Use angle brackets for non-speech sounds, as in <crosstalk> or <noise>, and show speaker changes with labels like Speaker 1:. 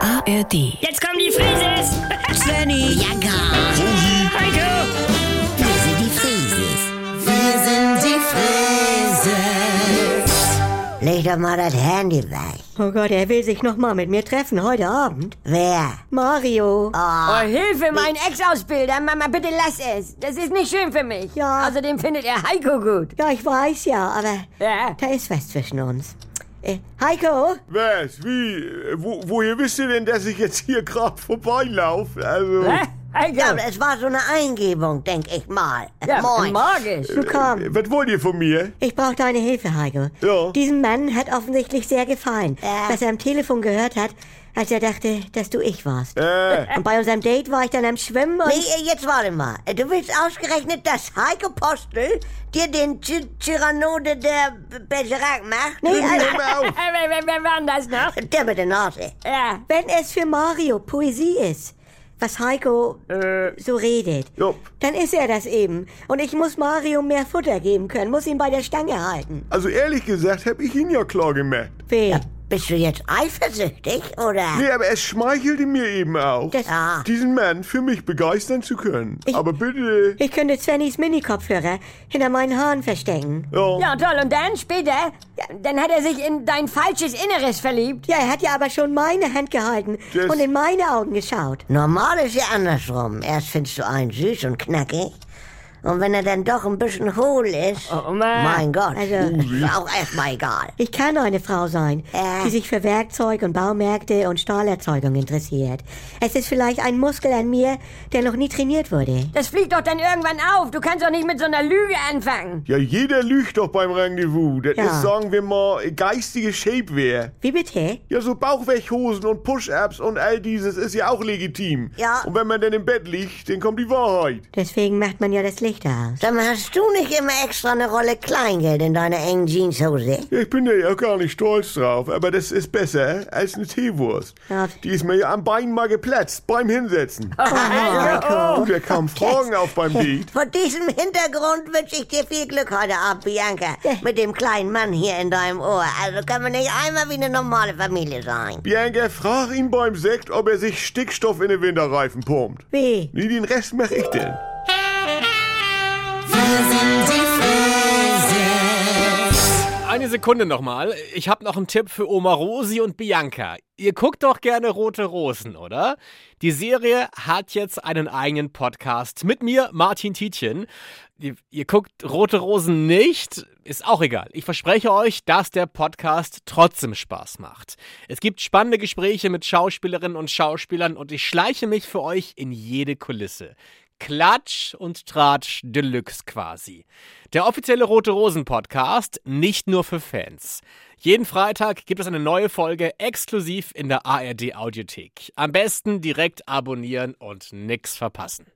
Speaker 1: ARD.
Speaker 2: Jetzt kommen die Frises! <laughs>
Speaker 3: Svenny.
Speaker 4: Ja, gar.
Speaker 2: Heiko!
Speaker 4: Wir sind die Frieses. Wir sind die Frieses. Leg doch mal das Handy weg.
Speaker 3: Oh Gott, er will sich nochmal mit mir treffen heute Abend.
Speaker 4: Wer?
Speaker 3: Mario.
Speaker 5: Oh, Hilfe, mein Ex-Ausbilder. Mama, bitte lass es. Das ist nicht schön für mich.
Speaker 3: Ja.
Speaker 2: Also-
Speaker 5: Außerdem findet er Heiko gut.
Speaker 3: Ja, ich weiß ja, aber
Speaker 5: Ja.
Speaker 3: da ist was zwischen uns. Äh, Heiko?
Speaker 6: Was? Wie? Wo, woher wisst ihr denn, dass ich jetzt hier gerade vorbeilaufe? Also.
Speaker 5: Hä?
Speaker 4: Ja,
Speaker 5: Heiko.
Speaker 4: aber es war so eine Eingebung, denk ich mal.
Speaker 5: Ja,
Speaker 4: Moin.
Speaker 5: magisch.
Speaker 3: Du komm.
Speaker 6: Was wollt ihr von mir?
Speaker 3: Ich brauche deine Hilfe, Heiko.
Speaker 4: Äh,
Speaker 6: Ja.
Speaker 3: Diesem Mann hat offensichtlich sehr gefallen,
Speaker 4: Ja.
Speaker 3: was er am Telefon gehört hat, als er dachte, dass du ich warst.
Speaker 6: Äh,
Speaker 3: Und bei unserem Date war ich dann am Schwimmen und...
Speaker 4: Nee, äh, jetzt warte mal. Äh, Du willst ausgerechnet, dass Heiko Postel dir den Cy- Cyranode der B- Bergerac macht?
Speaker 3: Nee, also,
Speaker 4: Oh.
Speaker 6: hör auf!
Speaker 5: Äh, <laughs> Wer, wer, wer war denn das noch?
Speaker 4: <laughs> Der mit der Nase.
Speaker 5: Ja.
Speaker 3: wenn es für Mario Poesie ist, was Heiko
Speaker 4: Äh.
Speaker 3: so redet,
Speaker 6: Ja.
Speaker 3: dann ist er das eben. Und ich muss Mario mehr Futter geben können, muss ihn bei der Stange halten.
Speaker 6: Also ehrlich gesagt, hab ich ihn ja klar gemacht.
Speaker 3: Weh.
Speaker 4: Bist du jetzt eifersüchtig, oder?
Speaker 6: Nee, aber es schmeichelte mir eben auch,
Speaker 3: Das-
Speaker 4: Ah.
Speaker 6: diesen Mann für mich begeistern zu können. aber bitte.
Speaker 3: Ich könnte Svennys Mini-Kopfhörer hinter meinen Haaren verstecken.
Speaker 6: Ja.
Speaker 5: Ja, toll. Und dann später, dann hat er sich in dein falsches Inneres verliebt.
Speaker 3: Ja, er hat ja aber schon meine Hand gehalten
Speaker 6: Das-
Speaker 3: und in meine Augen geschaut.
Speaker 4: Normal ist ja andersrum. Erst findest du einen süß und knackig. Und wenn er dann doch ein bisschen hohl ist,
Speaker 5: Oh, Mann.
Speaker 4: mein Gott,
Speaker 3: Also-
Speaker 4: ist auch erstmal egal.
Speaker 3: Ich kann eine Frau sein,
Speaker 4: Äh.
Speaker 3: die sich für Werkzeug und Baumärkte und Stahlerzeugung interessiert. Es ist vielleicht ein Muskel an mir, der noch nie trainiert wurde.
Speaker 5: Das fliegt doch dann irgendwann auf. Du kannst doch nicht mit so einer Lüge anfangen.
Speaker 6: Ja, jeder lügt doch beim Rendezvous. Das
Speaker 3: Ja.
Speaker 6: ist, sagen wir mal, geistige Shapewear.
Speaker 3: Wie bitte?
Speaker 6: Ja, so Bauchweghosen und Push-Ups und all dieses ist ja auch legitim.
Speaker 4: Ja.
Speaker 6: Und wenn man dann im Bett liegt, dann kommt die Wahrheit.
Speaker 3: Deswegen macht man ja das Licht aus.
Speaker 4: Dann hast du nicht immer extra eine Rolle Kleingeld in deiner engen Jeanshose.
Speaker 6: Ja, ich bin da ja gar nicht stolz drauf, aber das ist besser als eine Teewurst.
Speaker 3: Ja.
Speaker 6: Die ist mir ja am Bein mal geplatzt beim Hinsetzen.
Speaker 5: Oh, Heiko.
Speaker 6: Und da kamen Fragen auf beim Lied.
Speaker 4: Vor diesem Hintergrund wünsche ich dir viel Glück heute Abend, Bianca. Mit dem kleinen Mann hier in deinem Ohr. Also können wir nicht einmal wie eine normale Familie sein.
Speaker 6: Bianca, frag ihn beim Sekt, ob er sich Stickstoff in den Winterreifen pumpt.
Speaker 3: Wie?
Speaker 6: Nee, den Rest mach ich denn.
Speaker 7: Eine Sekunde nochmal. Ich habe noch einen Tipp für Oma Rosi und Bianca. Ihr guckt doch gerne Rote Rosen, oder? Die Serie hat jetzt einen eigenen Podcast mit mir, Martin Tietjen. Ihr, ihr guckt Rote Rosen nicht, ist auch egal. Ich verspreche euch, dass der Podcast trotzdem Spaß macht. Es gibt spannende Gespräche mit Schauspielerinnen und Schauspielern und ich schleiche mich für euch in jede Kulisse. Klatsch und Tratsch Deluxe quasi. Der offizielle Rote Rosen Podcast, nicht nur für Fans. Jeden Freitag gibt es eine neue Folge exklusiv in der ARD Audiothek. Am besten direkt abonnieren und nix verpassen.